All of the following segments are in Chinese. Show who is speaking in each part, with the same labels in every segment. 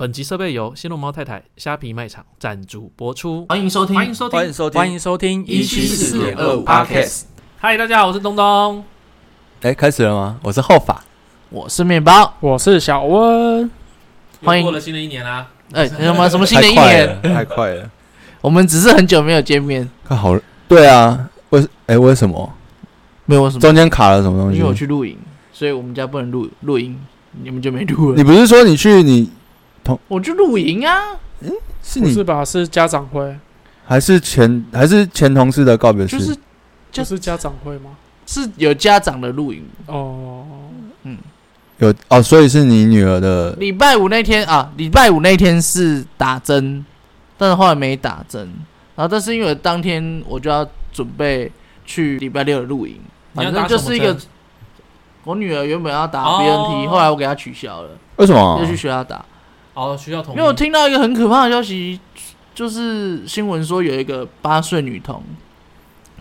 Speaker 1: 本集设备由新龙猫太太虾皮卖场赞助播出。
Speaker 2: 嗯欢迎收听，
Speaker 1: 欢迎收
Speaker 3: 欢迎
Speaker 1: 听，
Speaker 3: 收听，
Speaker 4: 欢迎收听
Speaker 2: 174.25
Speaker 4: Podcast，
Speaker 1: 嗨，大家好，我是东东。
Speaker 3: 哎，开始了吗？我是后法，
Speaker 2: 我是面包。
Speaker 4: 我是小温。
Speaker 2: 欢迎
Speaker 1: 又过了新的一年啊啦、
Speaker 2: 哎、什么什么新
Speaker 3: 太
Speaker 2: 的一
Speaker 3: 快
Speaker 2: 年，
Speaker 3: 了，太快了，
Speaker 2: 我们只是很久没有见面，
Speaker 3: 看好了。对啊，为哎为什么
Speaker 2: 没有什么，
Speaker 3: 中间卡了什么东
Speaker 2: 因为我
Speaker 3: 西？
Speaker 2: 去露营，所以我们家不能录录音，你们就没录
Speaker 3: 你
Speaker 2: 了。
Speaker 3: 不是说你去你
Speaker 2: 我去露营啊，
Speaker 3: 是
Speaker 4: 不
Speaker 3: 你
Speaker 4: 是吧？是家长会，
Speaker 3: 还是前还是前同事的告别式？
Speaker 2: 就是
Speaker 4: 就
Speaker 2: 就是
Speaker 4: 家长会吗？
Speaker 2: 是有家长的露营。
Speaker 4: 哦，
Speaker 3: 有哦，所以是你女儿的
Speaker 2: 礼拜五那天啊，礼拜五那天是打针，但是后来没打针。然后，但是因为当天我就要准备去礼拜六的露营，
Speaker 1: 你要
Speaker 2: 反
Speaker 1: 打
Speaker 2: 正就是一
Speaker 1: 什么
Speaker 2: 个
Speaker 1: 针
Speaker 2: 我女儿原本要打
Speaker 1: 哦
Speaker 2: BNT，、后来我给她取消了，
Speaker 3: 为什么
Speaker 2: 就？去学校打。
Speaker 1: 哦，需要同
Speaker 2: 因
Speaker 1: 意
Speaker 2: 为我听到一个很可怕的消息，就是新闻说有一个八岁女童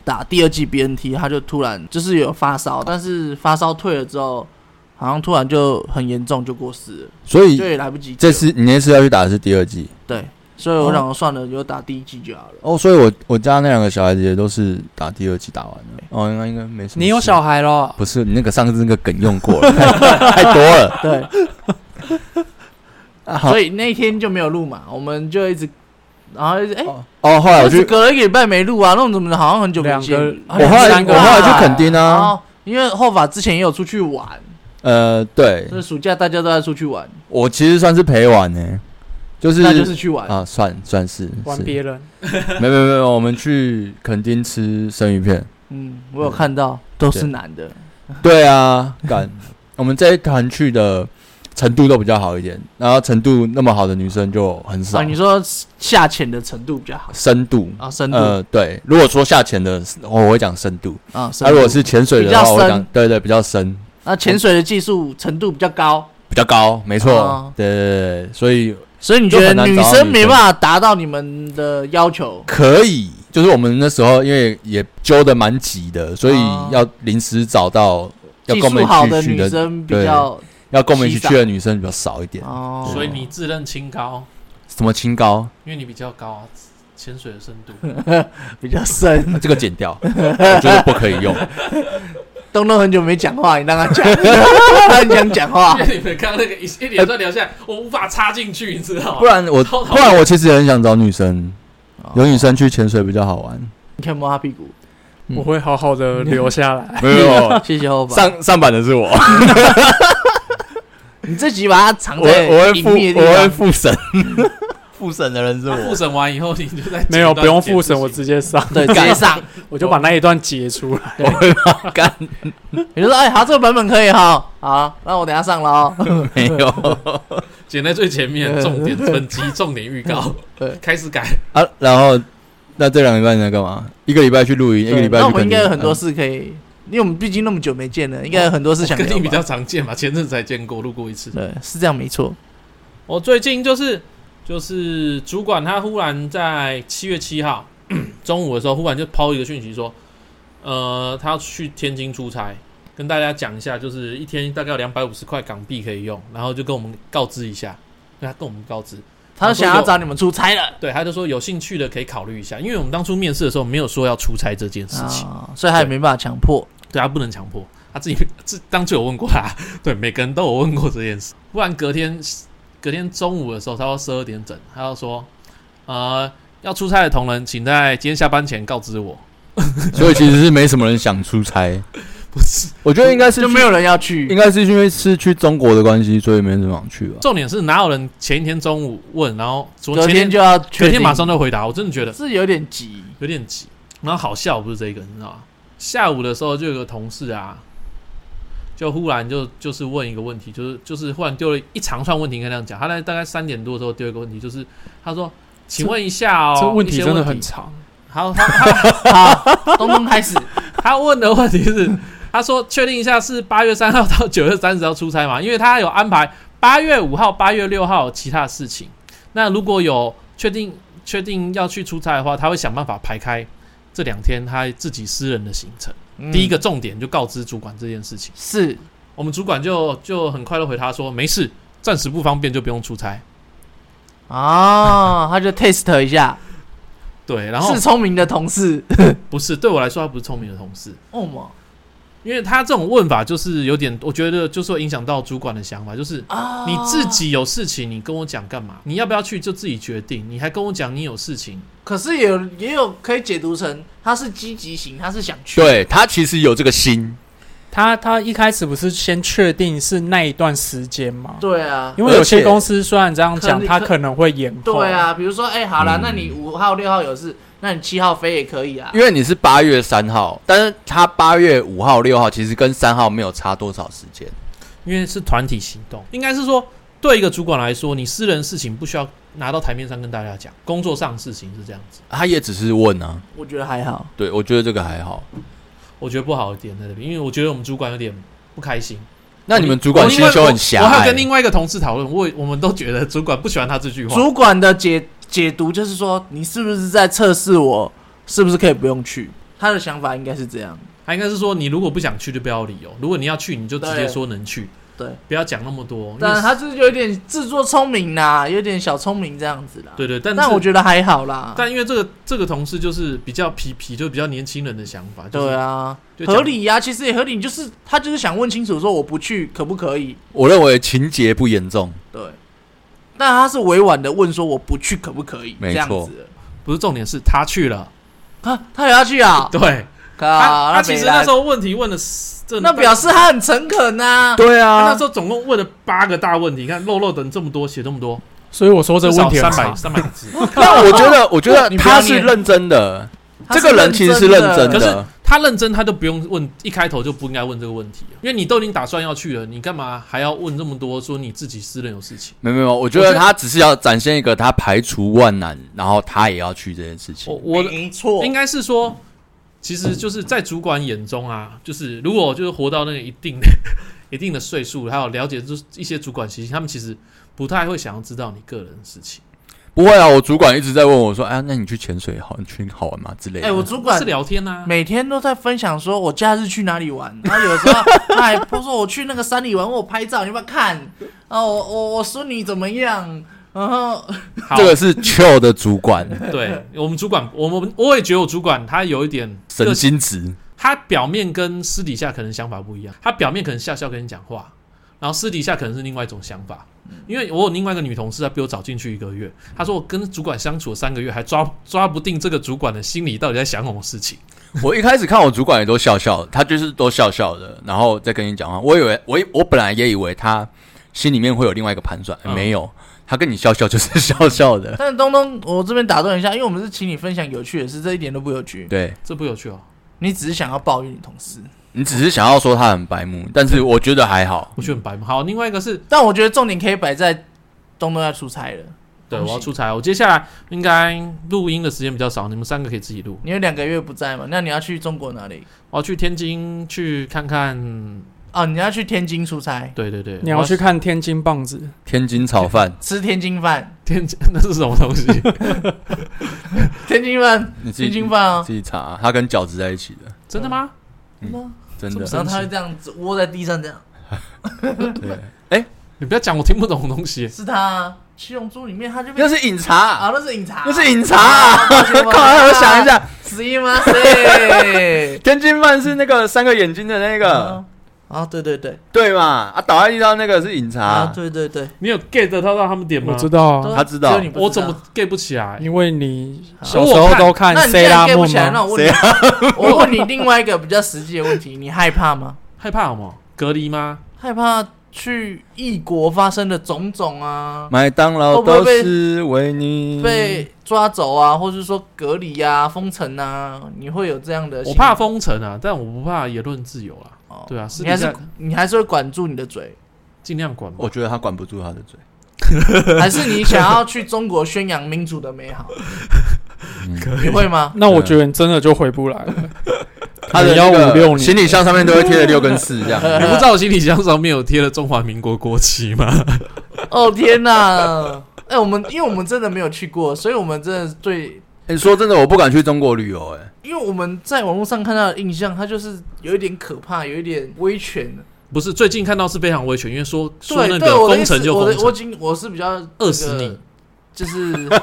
Speaker 2: 打第二剂 BNT，她就突然就是有发烧，但是发烧退了之后，好像突然就很严重就过世了，
Speaker 3: 所
Speaker 2: 就
Speaker 3: 以
Speaker 2: 也来不及救。
Speaker 3: 嗯这次你那次要去打的是第二季
Speaker 2: 对，所以我想说算了，就打第一剂就好了。
Speaker 3: 哦，所以我我家那两个小孩子也都是打第二季打完的。哦，那应该没什么。
Speaker 4: 你有小？孩了？
Speaker 3: 不是，你那个上次那个梗用过了，太太多了。
Speaker 2: 对，
Speaker 3: 啊好
Speaker 2: 所以那天就没有录嘛，我们就一直，然后一直哎，
Speaker 3: 哦，后来我
Speaker 2: 就
Speaker 3: 去
Speaker 2: 是隔了一个礼拜没录啊，那我们怎么好像很久没
Speaker 4: 两
Speaker 2: 见？
Speaker 4: 个，
Speaker 3: 我后来
Speaker 4: 三
Speaker 3: 我后
Speaker 4: 个，
Speaker 3: 来去垦丁啊
Speaker 2: 然后因为后法之前也有出去玩，
Speaker 3: 呃，对
Speaker 2: 就是暑假大家都在出去玩，
Speaker 3: 我其实算是陪玩呢、就是
Speaker 2: 那就是去玩。
Speaker 3: 啊，算算是
Speaker 4: 玩
Speaker 3: 是
Speaker 4: 别人，
Speaker 3: 没有没有没有，我们去垦丁吃生鱼片。
Speaker 2: 嗯，我有看到，都是男的。
Speaker 3: 对啊，敢我们这一团去的程度都比较好一点，然后程度那么好的女生就很少，
Speaker 2: 啊，你说下潜的程度比较好
Speaker 3: 深度。
Speaker 2: 啊，深度
Speaker 3: 呃，对，如果说下潜的，我会讲深度；
Speaker 2: 啊，深
Speaker 3: 那、
Speaker 2: 度
Speaker 3: 如果是潜水的
Speaker 2: 比
Speaker 3: 话，
Speaker 2: 较
Speaker 3: 我会讲
Speaker 2: 深
Speaker 3: 对对比较深，
Speaker 2: 啊，潜水的技术程度比较高，
Speaker 3: 比较高，没错。
Speaker 2: 哦
Speaker 3: 对对对，所以
Speaker 2: 所以你觉
Speaker 3: 就很
Speaker 2: 得
Speaker 3: 难
Speaker 2: 女
Speaker 3: 找到
Speaker 2: 生
Speaker 3: 女
Speaker 2: 没
Speaker 3: 生
Speaker 2: 办法达到你们的要求？
Speaker 3: 可以，就是我们那时候因为也揪的蛮急的，所以
Speaker 2: 哦
Speaker 3: 要临时找到要
Speaker 2: 技
Speaker 3: 跟我
Speaker 2: 术好
Speaker 3: 们
Speaker 2: 的
Speaker 3: 一起去
Speaker 2: 女
Speaker 3: 的，
Speaker 2: 生比较
Speaker 3: 要跟我们一起
Speaker 2: 稀少
Speaker 3: 去的女生比较少一点。
Speaker 2: 哦，
Speaker 1: 所以你自认清高，
Speaker 3: 什么 清高，
Speaker 1: 因为你比较高啊，潜水的深度。
Speaker 2: 比较深。
Speaker 3: 啊这个剪
Speaker 2: 哦
Speaker 3: 掉，我觉得不可以 用。
Speaker 2: 东东很久没讲话，你让 他讲，他很想讲话
Speaker 1: 因。为你们刚刚那个一一连串聊下来，我无法插进去，你知道吗？
Speaker 3: 不然我
Speaker 1: 好讨
Speaker 3: 不
Speaker 1: 厌
Speaker 3: 然我其实也很想找女生，
Speaker 2: 哦
Speaker 3: 有女生去潜水比较好玩。
Speaker 2: 你可以摸他屁股，
Speaker 3: 嗯
Speaker 4: 我会好好的留 下来。
Speaker 3: 没有
Speaker 2: 谢谢后爸。
Speaker 3: 哦 上上版的是我，
Speaker 2: 你这集把它藏
Speaker 3: 我
Speaker 2: 在
Speaker 3: 我会
Speaker 2: 隐
Speaker 3: 附
Speaker 2: 秘的
Speaker 3: 我会
Speaker 2: 地方。
Speaker 3: 附审，附审的人是
Speaker 1: 复
Speaker 3: 我。
Speaker 1: 审完以后，你就在
Speaker 4: 没有，不用复审，我直接 上，
Speaker 2: 对，直接上，
Speaker 4: 我就把那一段截出来。
Speaker 2: 你就说，哎，好，这个版本可以哈，好，那我等一下上了哦。
Speaker 3: 没有啊，
Speaker 1: 剪在最前面，重点本集重点预告
Speaker 2: 对，
Speaker 1: 开始改。
Speaker 3: 啊然后那这两个礼拜你在干嘛？一个礼拜去露营，一个礼拜
Speaker 2: 那我
Speaker 3: 去
Speaker 2: 们
Speaker 3: 垦
Speaker 2: 应
Speaker 3: 丁
Speaker 2: 该有很多
Speaker 3: 嗯
Speaker 2: 事可以，因为我们毕竟那么久没见了，应该有很 多事想
Speaker 1: 跟
Speaker 2: 聊
Speaker 1: 你比
Speaker 2: 吧
Speaker 1: 较常见嘛，前阵子才见过，路过一次。
Speaker 2: 对，是这样没错。
Speaker 1: 我最近就是就是主管他忽然在七月七号中午的时候，忽然就抛一个讯息说，呃，他要去天津出差，跟大家讲一下，就是一天大概有两百五十块港币可以用，然后就跟我们告知一下，对他跟我们告知，
Speaker 2: 他想要找你们出差了
Speaker 1: 对，他就说有兴趣的可以考虑一下，因为我们当初面试的时候没有说要出差这件事情，
Speaker 2: 啊，所以他也没办法强迫。
Speaker 1: 对他啊不能强迫，他自己自当初有问过他，对每个人都有问过这件事。不然隔天隔天中午的时候，差不多十二点整，他要说，呃，要出差的同仁，请在今天下班前告知我。
Speaker 3: 所以其实是没什么人想出差。
Speaker 1: 不是，
Speaker 3: 我觉得应该是
Speaker 2: 就
Speaker 3: 去
Speaker 2: 没有人要
Speaker 3: 应
Speaker 2: 去。
Speaker 3: 该是因为是去中国的关系，所以没什么想去吧。
Speaker 1: 重点是哪有人前一天中午问，然后昨
Speaker 2: 隔
Speaker 1: 前
Speaker 2: 天就要确定，
Speaker 1: 隔天马上就回答，我真的觉得
Speaker 2: 是有点急。
Speaker 1: 有点急。然后好笑不是这个，你知道吗？下午的时候就有个同事啊，就忽然就就是问一个问题，就是就是忽然丢了一长串问题，应该这样讲。他在大概三点多的时候丢一个问题，就是他说：“请问一下哦，
Speaker 4: 这问
Speaker 1: 一
Speaker 4: 题
Speaker 1: 些
Speaker 4: 真的
Speaker 1: 问
Speaker 4: 很
Speaker 1: 题
Speaker 4: 长，
Speaker 1: 好。他”他
Speaker 2: 好，东东开始，
Speaker 1: 他问的问题是， 他说确定一下是八月三号到九月三十号出差嘛？因为他有安排八月五号、八月六号有其他事情。那如果有确定确定要去出差的话，他会想办法排开这两天他自己私人的行程。
Speaker 2: 嗯
Speaker 1: 第一个重点就告知主管这件事情，
Speaker 2: 是
Speaker 1: 我们主管就就很快的回他说没事，暂时不方便就不用出差。
Speaker 2: 哦，他就 test 一下，
Speaker 1: 对，然后
Speaker 2: 是聪明的同事，
Speaker 1: 不是对我来说，他不是聪明的同事，
Speaker 2: 哦嘛
Speaker 1: 因为他这种问法就是有点，我觉得就是会影响到主管的想法，就是
Speaker 2: 啊，
Speaker 1: 你自，己有事情，你跟我讲干嘛？你要不要去就自己决定，你还跟我讲你有事情，
Speaker 2: 可是也有也有可以解读成他是积极型，他是想去，
Speaker 3: 对他其实有这个心，
Speaker 4: 他他一开始不是先确定是那一段时间吗？
Speaker 2: 对啊，
Speaker 4: 因为有
Speaker 3: 而
Speaker 4: 些
Speaker 3: 且
Speaker 4: 公司虽然这样
Speaker 2: 可
Speaker 4: 讲，
Speaker 2: 你
Speaker 4: 他
Speaker 2: 可
Speaker 4: 可能会延后。
Speaker 2: 对，啊，比如说，哎、好了，
Speaker 3: 嗯
Speaker 2: 那你五号、六号有事，那你七号飞也可以啊
Speaker 3: 因。为你是八月三号，但是他八月五号、六号其实跟三号没有差多少时间。
Speaker 1: 因为是团体行动，应该是说对一个主管来说，你私人事情不需要拿到台面上跟大家讲，工作上的事情是这样子，
Speaker 3: 他也只是问啊，
Speaker 2: 我觉得还好，
Speaker 3: 对我觉得这个还好。
Speaker 1: 我觉得不好的点在这边，因为我觉得我们主管有点不开心。
Speaker 3: 那你们主管
Speaker 1: 我另
Speaker 3: 心
Speaker 1: 外
Speaker 3: 胸很狭
Speaker 1: 我我还有
Speaker 3: 隘
Speaker 1: 跟，另外一个同事讨论，我也我们都觉得主管不喜欢他这句话。
Speaker 2: 主管的解解读就是说，你是不是在测试我是不是可以不用去？他的想法应该是这样，
Speaker 1: 他应该是说，你如果不想去就不要有理由，如果你要去你就直接说能去，
Speaker 2: 对，
Speaker 1: 不要讲那么多。
Speaker 2: 但是
Speaker 1: 因为
Speaker 2: 他就是有点自作聪明啦，有点小聪明这样子啦。
Speaker 1: 对对，但
Speaker 2: 但
Speaker 1: 是
Speaker 2: 我觉得还好啦。
Speaker 1: 但因为这个这个同事就是比较皮皮，就比较年轻人的想法，就是
Speaker 2: 对啊，
Speaker 1: 就讲
Speaker 2: 合理呀、其实也合理，就是他就是想问清楚说我不去可不可以？
Speaker 3: 我认为情节不严重，
Speaker 2: 对，但他是委婉的问说我不去可不可以？
Speaker 3: 没
Speaker 2: 这样
Speaker 3: 错
Speaker 2: 子
Speaker 1: 不是重点是他去了，
Speaker 2: 啊，他也要去啊？
Speaker 1: 对，
Speaker 2: 啊
Speaker 1: 他他其实
Speaker 2: 没来
Speaker 1: 那时候问题问了这
Speaker 2: 那表示他很诚恳啊呐、
Speaker 3: 对啊
Speaker 1: 他那时候总共问了八个大问题，你看肉肉等这么多，写这么多，
Speaker 4: 所以我说这
Speaker 1: 至
Speaker 4: 问
Speaker 1: 少
Speaker 4: 题
Speaker 1: 三
Speaker 4: 啊很
Speaker 1: 百
Speaker 4: 长
Speaker 1: 三百 字。
Speaker 3: 那我觉得，我觉得
Speaker 2: 你不要
Speaker 3: 他是
Speaker 2: 念
Speaker 3: 认真的，
Speaker 2: 他
Speaker 3: 这
Speaker 2: 是
Speaker 3: 个人其实是认真
Speaker 1: 可是
Speaker 3: 的。
Speaker 1: 他认真，他就不用问，一开头就不应该问这个问题，因为你都已经打算要去了，你干嘛还要问这么多？说你自己私人有事情。
Speaker 3: 没有没有，我觉
Speaker 1: 我觉
Speaker 3: 得
Speaker 1: 得
Speaker 3: 他只是要展现一个他排除万难，然后他也要去这件事情
Speaker 1: 我。我的
Speaker 2: 没错
Speaker 1: 应，该是说，其实就是在主管眼中啊，就是如果就是活到那个一定的 一定的岁数，还有了解就是一些主管习性，他们其实不太会想要知道你个人的事情，
Speaker 3: 不会啊，我主管一直在问我说：“哎、那你去潜水好，你去好玩吗？”之类的。
Speaker 2: 哎、我主管
Speaker 1: 是聊天啊呐、
Speaker 2: 每天都在分享说我假日去哪里玩，然后有时候他 还说我去那个山里玩，我拍照，你要不要看？啊，我我我孙女怎么样？然后
Speaker 1: 好
Speaker 3: 这，个是 chill 的主管，
Speaker 1: 对我们主管，我们我也觉得我主管他有一点
Speaker 3: 神经质。
Speaker 1: 他表面跟私底下可能想法不一样，他表面可能笑笑跟你讲话，然后私底下可能是另外一种想法。因为我有另外一个女同事，她比我早进去一个月，她说我跟主管相处了三个月，还抓抓不定这个主管的心里到底在想什么事情。
Speaker 3: 我一开始看我主管也都笑笑，他就是都笑笑的，然后再跟你讲话。我以为我我本来也以为他心里面会有另外一个盘算，
Speaker 1: 嗯
Speaker 3: 没有，他跟你笑笑就是笑 笑的。
Speaker 2: 但是东东，我这边打断一下，因为我们是请你分享有趣的事，这一点都不有趣。
Speaker 3: 对
Speaker 1: 这不有趣哦，
Speaker 2: 你只是想要抱怨你同事，
Speaker 3: 你只是想要说他很白目，但是我觉得还好。
Speaker 1: 我觉得很白目。好，另外一个是，
Speaker 2: 但我觉得重点可以摆在东东要出差了，
Speaker 1: 对
Speaker 2: 恭喜
Speaker 1: 我要出差，我接下来应该录音的时间比较少，你们三个可以自己录。
Speaker 2: 你有两个月不在嘛？那你要去中国哪里？
Speaker 1: 我要去天津去看看，
Speaker 2: 哦，你要去天津出差，
Speaker 1: 对对对，
Speaker 4: 你要去看天津棒子，
Speaker 3: 天津炒饭，
Speaker 2: 吃天津饭，
Speaker 1: 天津， 那是什么东西？
Speaker 2: 天津饭，
Speaker 3: 你自
Speaker 2: 天
Speaker 3: 己
Speaker 2: 津饭哦。
Speaker 3: 自己查、他跟饺子在一起的，
Speaker 1: 真的吗？
Speaker 3: 嗯 真
Speaker 1: 这么
Speaker 3: 的。
Speaker 2: 然后他会这样子窝在地上，这样
Speaker 3: 对，
Speaker 1: 你不要讲我听不懂的东西。
Speaker 2: 是他啊《七龙珠》里面他就被
Speaker 3: 那是饮茶、
Speaker 2: 啊，那是饮茶，
Speaker 3: 那是饮茶、 啊。
Speaker 2: 抱歉
Speaker 3: 靠，我想一，下，
Speaker 2: 十一吗？ 谁？
Speaker 3: 天津饭是那个三个眼睛的那个
Speaker 2: 啊，，啊对对对，
Speaker 3: 对嘛？啊，倒在地上那个是饮茶、
Speaker 2: 啊，对对对，
Speaker 1: 你有 get 到到他们点吗
Speaker 4: 我？知道啊，
Speaker 2: 都
Speaker 3: 哦他知道
Speaker 2: 只有你不
Speaker 1: 我怎么
Speaker 2: 知道
Speaker 1: get 不起啊来？
Speaker 4: 因为你
Speaker 2: 好
Speaker 4: 小时候都看啊
Speaker 2: 那你既
Speaker 4: 塞
Speaker 2: 然
Speaker 4: 拉
Speaker 2: get 不
Speaker 4: 木
Speaker 2: 起来，那
Speaker 4: 吗？
Speaker 2: 我问你， 我问你另外一个比较实际的问题，你害怕吗？
Speaker 1: 害怕什么？隔离吗？
Speaker 2: 害怕去异国发生的种种啊，
Speaker 3: 麦当
Speaker 2: 会
Speaker 3: 劳
Speaker 2: 不会
Speaker 3: 都
Speaker 2: 被
Speaker 3: 是为你。
Speaker 2: 被抓走啊，或是说隔离啊、封城啊，你会有这样的心？
Speaker 1: 我怕封城啊，但我不怕言论自由啦，
Speaker 2: 哦
Speaker 1: 对啊私
Speaker 2: 你
Speaker 1: 底
Speaker 2: 还
Speaker 1: 下
Speaker 2: 是你还是会管住你的 嘴，
Speaker 1: 尽量管吧
Speaker 3: 我。觉得他管不住他的嘴，
Speaker 2: 还是你想要去中国宣扬民主的美 好？
Speaker 3: 嗯
Speaker 1: 可
Speaker 2: 你会吗？
Speaker 4: 那我觉得你真的就回不来了，
Speaker 3: 他的
Speaker 4: 可能要
Speaker 3: 那个
Speaker 4: 五六年
Speaker 3: 行李箱上面都会贴了六跟四这样。
Speaker 1: 你不知道我行李箱上面有贴了中华民国国旗吗？
Speaker 2: 哦天哪！ 哎、我们因为我们真的没有去过，所以我们真的对，
Speaker 3: 你、哎说真的，我不敢去中国旅游、哎，
Speaker 2: 因为我们在网络上看到的印象，它就是有一点可怕，有一点威权。
Speaker 1: 不是，最近看到是非常威权，因为说说
Speaker 2: 对
Speaker 1: 那
Speaker 2: 对，
Speaker 1: 个
Speaker 2: 我的
Speaker 1: 封
Speaker 2: 意思
Speaker 1: 城，就
Speaker 2: 我
Speaker 1: 封
Speaker 2: 的我已
Speaker 1: 城，
Speaker 2: 经我是比较
Speaker 1: 饿死
Speaker 2: 这个
Speaker 1: 你
Speaker 2: 就是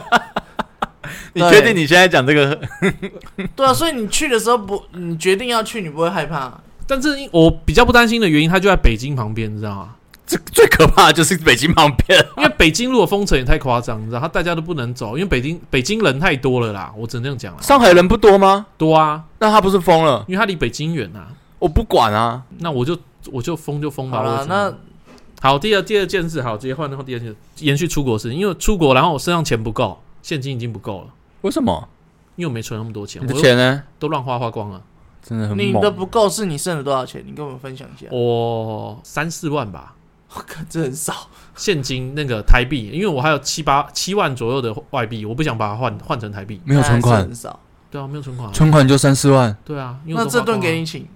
Speaker 3: 你
Speaker 2: 对
Speaker 3: 确定你现在讲这个
Speaker 2: 对啊，所以你去的时候不，你决定要去，你不会害怕。
Speaker 1: 但是因我比较不担心的原因，它就在北京旁边，你知道吗？
Speaker 3: 最最可怕的就是北京旁边，
Speaker 2: 啊
Speaker 1: 因为北京如果封城也太夸张，你知道，它大家都不能走，因为北京北京人太多了啦，我只能这样 讲啦。
Speaker 3: 上海人不多吗？
Speaker 1: 多啊，
Speaker 3: 那他不是疯了？
Speaker 1: 因为它离北京远啊，
Speaker 3: 我不管啊，
Speaker 1: 那我就我就封就封吧。
Speaker 2: 好
Speaker 1: 我
Speaker 2: 了，
Speaker 1: 怎么
Speaker 2: 那
Speaker 1: 好，第二第二件事，好，直接换到第二件事，延续出国的事，因为出国，然后我身上钱不够，现金已经不够了，
Speaker 3: 为什么？
Speaker 1: 因为我没存那么多钱，
Speaker 3: 你的
Speaker 1: 我
Speaker 3: 钱呢？
Speaker 1: 都乱花花光了，
Speaker 3: 真的很
Speaker 2: 你
Speaker 3: 猛
Speaker 2: 的不够是你剩了多少钱？你跟我们分享一下。我、
Speaker 1: 我三四万吧，
Speaker 2: 靠，这很少。
Speaker 1: 现金那个台币，因为我还有七八七万左右的外币，我不想把它换换成台币。
Speaker 5: 没有存
Speaker 2: 还是
Speaker 5: 款
Speaker 2: 很，少。
Speaker 1: 对啊，没有存款啊、
Speaker 5: 存款就三四万，
Speaker 1: 对啊，因为我
Speaker 2: 那
Speaker 1: 都
Speaker 2: 这
Speaker 1: 花光了
Speaker 2: 顿给你请，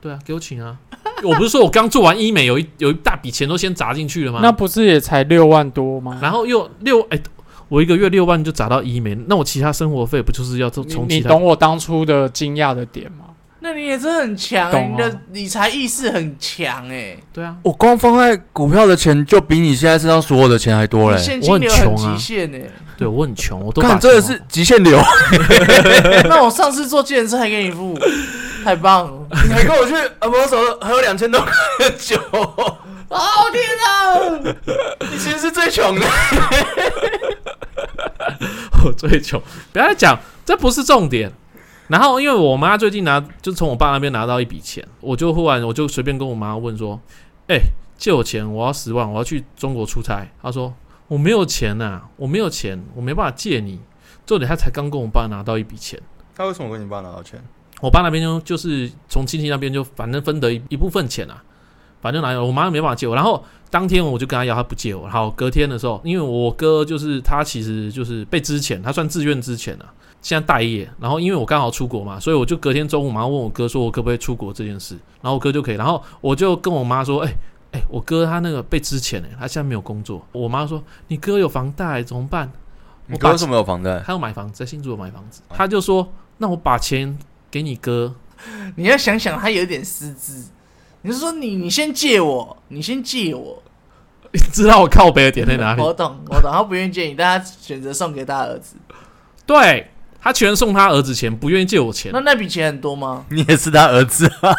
Speaker 1: 对啊，给我请啊！我不是说我刚做完医美，有一有一大笔钱都先砸进去了吗？
Speaker 4: 那不是也才六万多吗？
Speaker 1: 然后又六哎、我一个月六万就砸到医美，那我其他生活费不就是要从
Speaker 4: 你
Speaker 1: 从
Speaker 4: 你
Speaker 1: 其他
Speaker 4: 懂我当初的惊讶的点吗？
Speaker 2: 那你也真的很强、
Speaker 4: 懂
Speaker 2: 你
Speaker 4: 啊
Speaker 2: 的理财意识很强哎、
Speaker 1: 对啊？
Speaker 5: 我光放在股票的钱就比你现在身上所有的钱还多
Speaker 2: 你
Speaker 5: 嘞。
Speaker 2: 现金流
Speaker 1: 我
Speaker 2: 很
Speaker 1: 很穷啊
Speaker 2: 极限哎、
Speaker 1: 对我很穷，我都把
Speaker 5: 看，真的
Speaker 1: 钱哦
Speaker 5: 是极限流，
Speaker 2: 那我上次做健身还给你付，太棒了！
Speaker 5: 你还跟我去按摩手喝两千多块的酒，
Speaker 2: 哦天哪，
Speaker 5: 你其实是最穷的。
Speaker 1: 我最穷。不要再讲，这不是重点。然后因为我妈最近拿，就是从我爸那边拿到一笔钱，我就忽然我就随便跟我妈问说：“哎、借我钱，我要十万，我要去中国出差。”她说：“我没有钱呐、我没有钱，我没办法借你。”重点她才刚跟我爸拿到一笔钱，
Speaker 3: 他为什么跟你爸拿到钱？
Speaker 1: 我爸那边就就是从亲戚那边就反正分得一一部分钱啊，反正拿有我妈没办法借我。然后当天我就跟他要，他不借我。然后隔天的时候，因为我哥就是他其实就是被支遣，他算自愿支遣啊，现在待业。然后因为我刚好出国嘛，所以我就隔天中午马上问我哥说，我可不可以出国这件事。然后我哥就可以，然后我就跟我妈说，哎、哎、我哥他那个被支遣、欸，他现在没有工作。我妈说：“你哥有房贷、怎么办？”
Speaker 3: 你
Speaker 1: 我
Speaker 3: 哥
Speaker 1: 爸
Speaker 3: 为什么有房贷？
Speaker 1: 他要买房子，在新竹有买房子。他就说：“那我把钱给你哥，
Speaker 2: 你要想想，他有点失智。你是说你你先借我，你先借我，
Speaker 1: 你 知道我靠北的点在哪里？
Speaker 2: 我懂我懂，他不愿意借你，但他选择送给他儿子。
Speaker 1: 对他全送他儿子钱，不愿意借我钱
Speaker 2: 那。那笔钱很多吗？
Speaker 3: 你也是他儿子啊？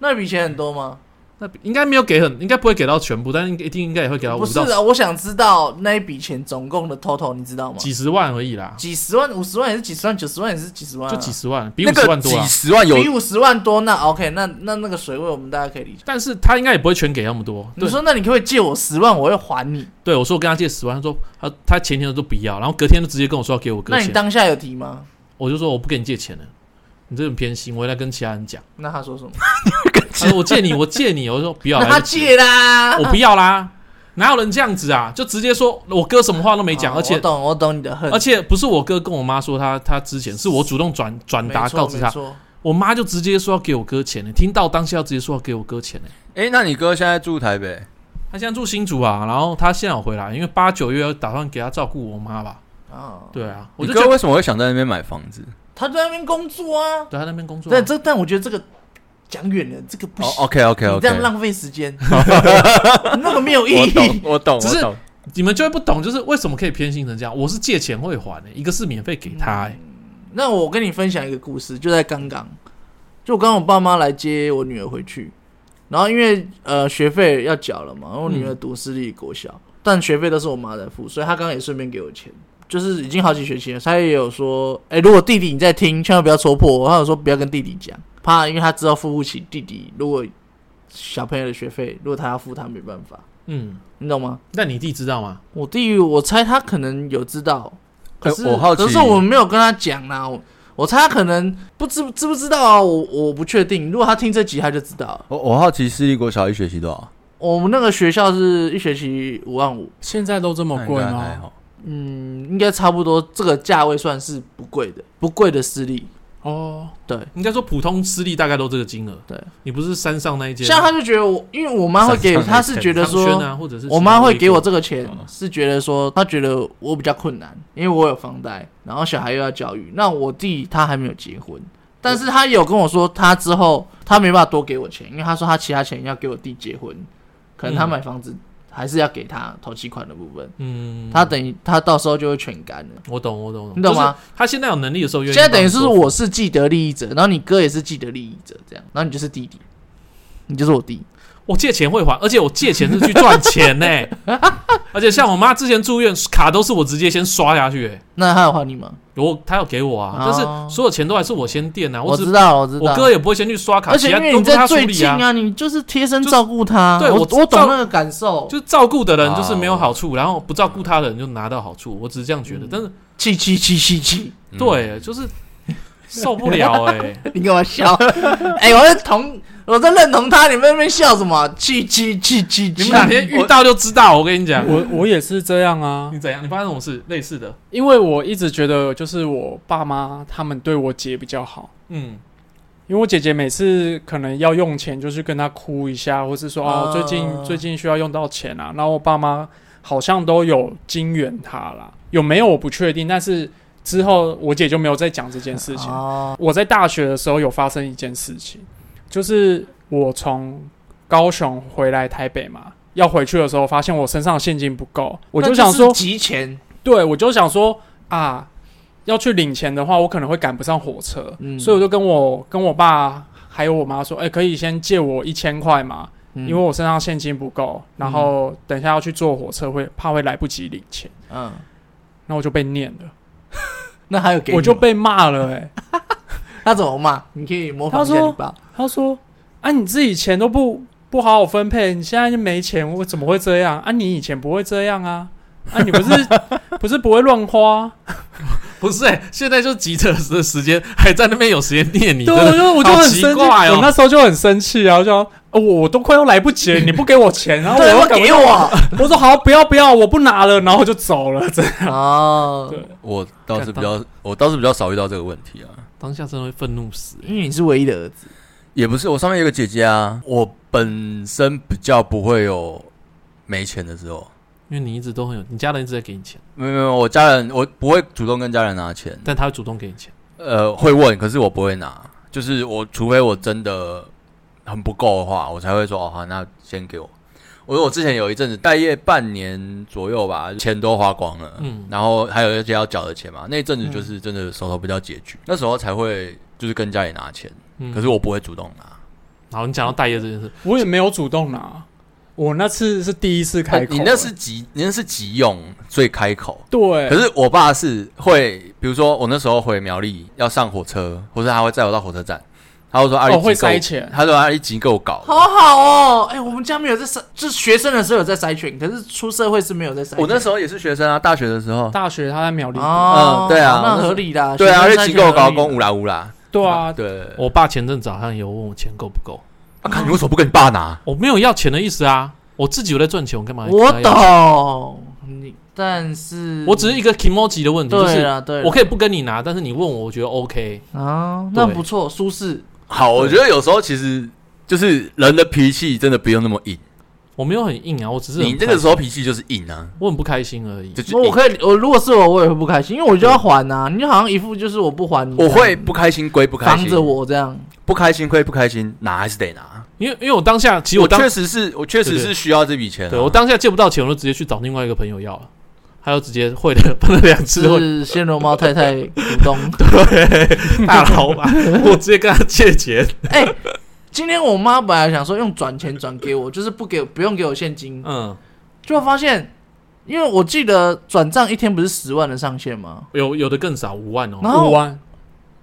Speaker 2: 那笔钱很多吗？
Speaker 1: 那应该没有给很，应该不会给到全部，但应该一定应该也会给到五
Speaker 2: 不是
Speaker 1: 到十
Speaker 2: 啊，我想知道那一笔钱总共的 total 你知道吗？
Speaker 1: 几十万而已啦，
Speaker 2: 几十万、五十万也是几十万，九十万也是几十万啊、
Speaker 1: 就几十万，比
Speaker 5: 那
Speaker 1: 五十万
Speaker 5: 个
Speaker 1: 多
Speaker 5: 几
Speaker 1: 啊。
Speaker 5: 十万有
Speaker 2: 比五十万多。那 OK，那那那个水位我们大家可以理解。
Speaker 1: 但是他应该也不会全给那么多。
Speaker 2: 你
Speaker 1: 对，
Speaker 2: 说那你可不可以借我十万，我会还你？
Speaker 1: 对我说我跟他借十万，他说他他前天都不要，然后隔天就直接跟我说要给我哥
Speaker 2: 那你
Speaker 1: 钱，
Speaker 2: 当下有提吗？
Speaker 1: 我就说我不跟你借钱了，你这种偏心，我要跟其他人 讲。
Speaker 2: 那他说什么？
Speaker 1: 他说我借你，我借你，我说不 要，
Speaker 2: 那
Speaker 1: 来
Speaker 2: 他
Speaker 1: 不及
Speaker 2: 借啊啦。
Speaker 1: 我不要啦，哪有人这样子啊？就直接说我哥什么话都没讲，
Speaker 2: 好
Speaker 1: 而且
Speaker 2: 哦我懂，我懂你的恨。
Speaker 1: 而且不是我哥跟我妈说他他之前，是我主动转转
Speaker 2: 没
Speaker 1: 达
Speaker 2: 错
Speaker 1: 告知
Speaker 2: 没
Speaker 1: 他，
Speaker 2: 错
Speaker 1: 我妈就直接说要给我哥钱呢、欸听到当下要直接说要给我哥钱呢、欸
Speaker 3: 哎、那你哥现在住台北？
Speaker 1: 他现在住新竹啊，然后他现在有回来，因为八九月要打算给他照顾我妈吧。
Speaker 2: 啊，
Speaker 1: 对啊，我
Speaker 3: 你
Speaker 1: 就觉
Speaker 3: 哥
Speaker 1: 得
Speaker 3: 为什么会想在那边买房子？
Speaker 2: 他在那边工作啊。
Speaker 1: 对他那边工作啊、
Speaker 2: 但这但我觉得这个讲远了，这个不
Speaker 3: 哦
Speaker 2: 行。
Speaker 3: ，OK OK
Speaker 2: 你这
Speaker 3: OK，
Speaker 2: 样浪费时间， 那个没有意
Speaker 3: 我懂
Speaker 2: 义。
Speaker 3: 我懂，
Speaker 1: 只是
Speaker 3: 我懂
Speaker 1: 你们就会不懂，就是为什么可以偏心成这样。我是借钱会还、欸，一个是免费给他、欸，
Speaker 2: 那我跟你分享一个故事，就在刚刚，就我刚我爸妈来接我女儿回去，然后因为呃学费要缴了嘛，然后我女儿读私立国小，但学费都是我妈在付，所以她刚刚也顺便给我钱，就是已经好几学期了，她也有说，哎、如果弟弟你在听，千万不要戳破我，她有说不要跟弟弟讲，怕因为她知道付不起弟弟，如果小朋友的学费，如果他要付，他没办法，
Speaker 1: 嗯，
Speaker 2: 你懂吗？
Speaker 1: 那你弟知道吗？
Speaker 2: 我弟，我猜他可能有知道，可是、
Speaker 3: 哎我好奇
Speaker 2: 可是我没有跟他讲啦、我我猜他可能不知知不知道啊，我我不确定。如果他听这集，他就知道了。
Speaker 3: 我我好奇私立国小一学期多少？
Speaker 2: 我们那个学校是一学期五万五，
Speaker 4: 现在都这么贵
Speaker 3: 那应该还
Speaker 4: 吗？
Speaker 3: 好
Speaker 2: 嗯，应该差不多这个价位算是不贵的，不贵的私立。
Speaker 4: 哦，
Speaker 2: 对，
Speaker 1: 应该说普通私立大概都这个金额。
Speaker 2: 对，
Speaker 1: 你不是山上那一间，
Speaker 2: 像他就觉得我，因为我妈会给，
Speaker 3: 上上
Speaker 2: 他是觉得
Speaker 1: 康轩
Speaker 2: 说，
Speaker 1: 啊，或者是
Speaker 2: 我妈会给我
Speaker 1: 这
Speaker 2: 这个钱
Speaker 3: 嗯，
Speaker 2: 是觉得说她觉得我比较困难，因为我有房贷，然后小孩又要教育。那我弟他还没有结婚，但是他有跟我说，他之后他没办法多给我钱，因为他说他其他钱要给我弟结婚，可能他
Speaker 1: 嗯
Speaker 2: 买房子还是要给他头期款的部分。
Speaker 1: 嗯，
Speaker 2: 他等于他到时候就会全干了，
Speaker 1: 我懂，我懂，我懂
Speaker 2: 你懂？
Speaker 1: 就
Speaker 2: 吗
Speaker 1: 是？他现在有能力的时候，
Speaker 2: 现在等于是，我是既得利益者，然后你哥也是既得利益者，这样，然后你就是弟弟，你就是我弟。
Speaker 1: 我借钱会还，而且我借钱是去赚钱 呢、而且像我妈之前住院，卡都是我直接先刷下去、欸，
Speaker 2: 那他有还你吗？
Speaker 1: 我她要给我啊，但
Speaker 2: 哦
Speaker 1: 是所有钱都还是我先垫啊，
Speaker 2: 我
Speaker 1: 只
Speaker 2: 知道，我知道。
Speaker 1: 我哥也不会先去刷卡，
Speaker 2: 而且
Speaker 1: 其他
Speaker 2: 因为
Speaker 1: 都
Speaker 2: 你
Speaker 1: 不是
Speaker 2: 在
Speaker 1: 他处
Speaker 2: 最
Speaker 1: 理
Speaker 2: 近
Speaker 1: 啊，
Speaker 2: 啊，你就是贴身照顾他。
Speaker 1: 就是对
Speaker 2: 我
Speaker 1: 我
Speaker 2: 我懂
Speaker 1: 照
Speaker 2: 那个感受，
Speaker 1: 就是照顾的人就是没有
Speaker 3: 哦
Speaker 1: 好处，然后不照顾他的人就拿到好处，我只是这样
Speaker 2: 嗯
Speaker 1: 觉得，但是
Speaker 2: 气气气气气，
Speaker 3: 嗯，
Speaker 1: 对，就是受不了哎、
Speaker 2: 你干嘛笑？ 哎、我在同我在认同他，你们在那边笑什么？气气气气
Speaker 1: 你
Speaker 2: 气
Speaker 1: 们！哪天遇到就知道，我跟你讲，
Speaker 4: 我我也是这样啊
Speaker 1: 你，怎样？你发生什么事类似的？
Speaker 4: 因为我一直觉得就是我爸妈他们对我姐比较好，
Speaker 1: 嗯，
Speaker 4: 因为我姐姐每次可能要用钱就去跟她哭一下，或是说哦
Speaker 2: 啊
Speaker 4: 最近最近需要用到钱啊，然后我爸妈好像都有金援她啦，有没有我不确定，但是之后我姐就没有再讲这件事情。
Speaker 2: 哦，
Speaker 4: 我在大学的时候有发生一件事情，就是我从高雄回来台北嘛，要回去的时候发现我身上的现金不够，我就想
Speaker 2: 那
Speaker 4: 说
Speaker 2: 是，集钱，
Speaker 4: 对我就想说啊，要去领钱的话，我可能会赶不上火车，
Speaker 2: 嗯
Speaker 4: 所以我就跟我跟我爸还有我妈说，哎、可以先借我一千块嘛，
Speaker 2: 因
Speaker 4: 因为我身上现金不够，然后等一下要去坐火车会怕会来不及领钱，
Speaker 2: 嗯，
Speaker 4: 然后我就被念了，
Speaker 2: 那还有给你吗
Speaker 4: 我就被骂了、哎。
Speaker 2: 他怎么骂？你可以模仿一下
Speaker 4: 他说
Speaker 2: 你爸。
Speaker 4: 他说：“啊，你自己钱都不不好好分配，你现在就没钱，我怎么会这样？啊，你以前不会这样啊？啊，你不是不是不会乱花？
Speaker 1: 不是、欸，现在就急着的时间，还在那边有时间念你，
Speaker 4: 对，
Speaker 1: 真
Speaker 4: 啊我
Speaker 1: 的
Speaker 4: 就我就
Speaker 1: 好
Speaker 4: 很
Speaker 1: 奇
Speaker 4: 生气，
Speaker 1: 怪哦
Speaker 4: 我那时候就很生气啊，我就说哦我我都快要来不及了，你不给我钱，然后我
Speaker 2: 对，
Speaker 4: 又
Speaker 2: 我
Speaker 4: 赶
Speaker 2: 给我。
Speaker 4: 我说好，不要不要，我不拿了，然后我就走了。这样
Speaker 2: 哦，
Speaker 4: 对
Speaker 3: 嗯我倒是比较，我倒是比较少遇到这个问题啊。
Speaker 1: 当下真的会愤怒死、欸
Speaker 2: 因为你是唯一的儿子。
Speaker 3: 也不是，我上面有个姐姐啊，我本身比较不会有没钱的时候。
Speaker 1: 因为你一直都很有，你家人一直在给你钱，
Speaker 3: 没有没有，我家人我不会主动跟家人拿钱，
Speaker 1: 但他会主动给你钱。
Speaker 3: 呃，会问，可是我不会拿，就是我除非我真的很不够的话，我才会说哦好，那先给我。我说我之前有一阵子待业半年左右吧，钱都花光了，
Speaker 1: 嗯
Speaker 3: 然后还有一些要缴的钱嘛，那一阵子就是真的手头比较拮据，那时候才会就是跟家里拿钱，
Speaker 1: 嗯，
Speaker 3: 可是我不会主动拿。
Speaker 1: 好，你讲到待业这件事，
Speaker 4: 我也没有主动拿，我那次是第一次开口、
Speaker 3: 哦你那是急，你那是急用，所以开口。
Speaker 4: 对，
Speaker 3: 可是我爸是会，比如说我那时候回苗栗要上火车，或是他会载我到火车站，他会说阿里、
Speaker 4: 哦会塞钱
Speaker 3: 他说阿里急够搞。
Speaker 2: 好好哦，哎、我们家没有在筛，就是学生的时候有在筛选，可是出社会是没有在筛选。
Speaker 3: 我那时候也是学生啊，大学的时候，
Speaker 4: 大学他在苗栗，
Speaker 2: 哦，
Speaker 3: 嗯对啊
Speaker 2: 那合理啦。
Speaker 3: 对啊，
Speaker 2: 学
Speaker 3: 而
Speaker 2: 生
Speaker 3: 且
Speaker 2: 筛
Speaker 3: 急
Speaker 2: 选
Speaker 3: 够
Speaker 2: 合
Speaker 3: 搞
Speaker 2: 理啦
Speaker 3: 公无啦无啦，
Speaker 4: 对啊，
Speaker 3: 对，
Speaker 1: 我爸前阵子好像有问我钱够不够，
Speaker 3: 啊，看你为什么不跟你爸拿？
Speaker 1: 我没有要钱的意思啊，我自己有在赚钱，我干嘛？
Speaker 2: 我，懂哎你，但是
Speaker 1: 我只是一个 emoji 的问题，就
Speaker 2: 对啊
Speaker 1: 是
Speaker 2: 啦对啦，
Speaker 1: 我可以不跟你拿，但是你问我，我觉得 OK。
Speaker 2: 啊，那
Speaker 1: 对
Speaker 2: 不错，舒适。
Speaker 3: 好，我觉得有时候其实就是人的脾气真的不用那么硬，
Speaker 1: 我没有很硬啊，我只是很
Speaker 3: 你
Speaker 1: 不
Speaker 3: 那
Speaker 1: 开
Speaker 3: 个
Speaker 1: 心
Speaker 3: 时候脾气就是硬啊，
Speaker 1: 我很不开心而已
Speaker 3: 就。是
Speaker 2: 那我
Speaker 3: 硬。
Speaker 2: 可以，我如果是我，我也会不开心，因为我就要还呐、你就好像一副就是我不还你这
Speaker 3: 我
Speaker 2: 样，
Speaker 3: 会不开心归不开
Speaker 2: 防
Speaker 3: 心，
Speaker 2: 着我这样。
Speaker 3: 不开心归不开心，拿还是得拿。
Speaker 1: 因为因为我当下其实
Speaker 3: 我
Speaker 1: 我当
Speaker 3: 确实是我确实
Speaker 1: 对对
Speaker 3: 是需要这笔钱啊，
Speaker 1: 对我当下借不到钱，我就直接去找另外一个朋友要了，他就直接汇了 分了两次汇
Speaker 2: 是啊暹罗猫太太股东。
Speaker 1: 大老板，我直接跟他借钱。
Speaker 2: 哎、今天我妈本来想说用转钱转给我，就是不给不用给我现金，
Speaker 1: 嗯，
Speaker 2: 结果发现，因为我记得转账一天不是十万的上限吗？
Speaker 1: 有有的更少，五万哦。
Speaker 2: 然后
Speaker 4: 五万哦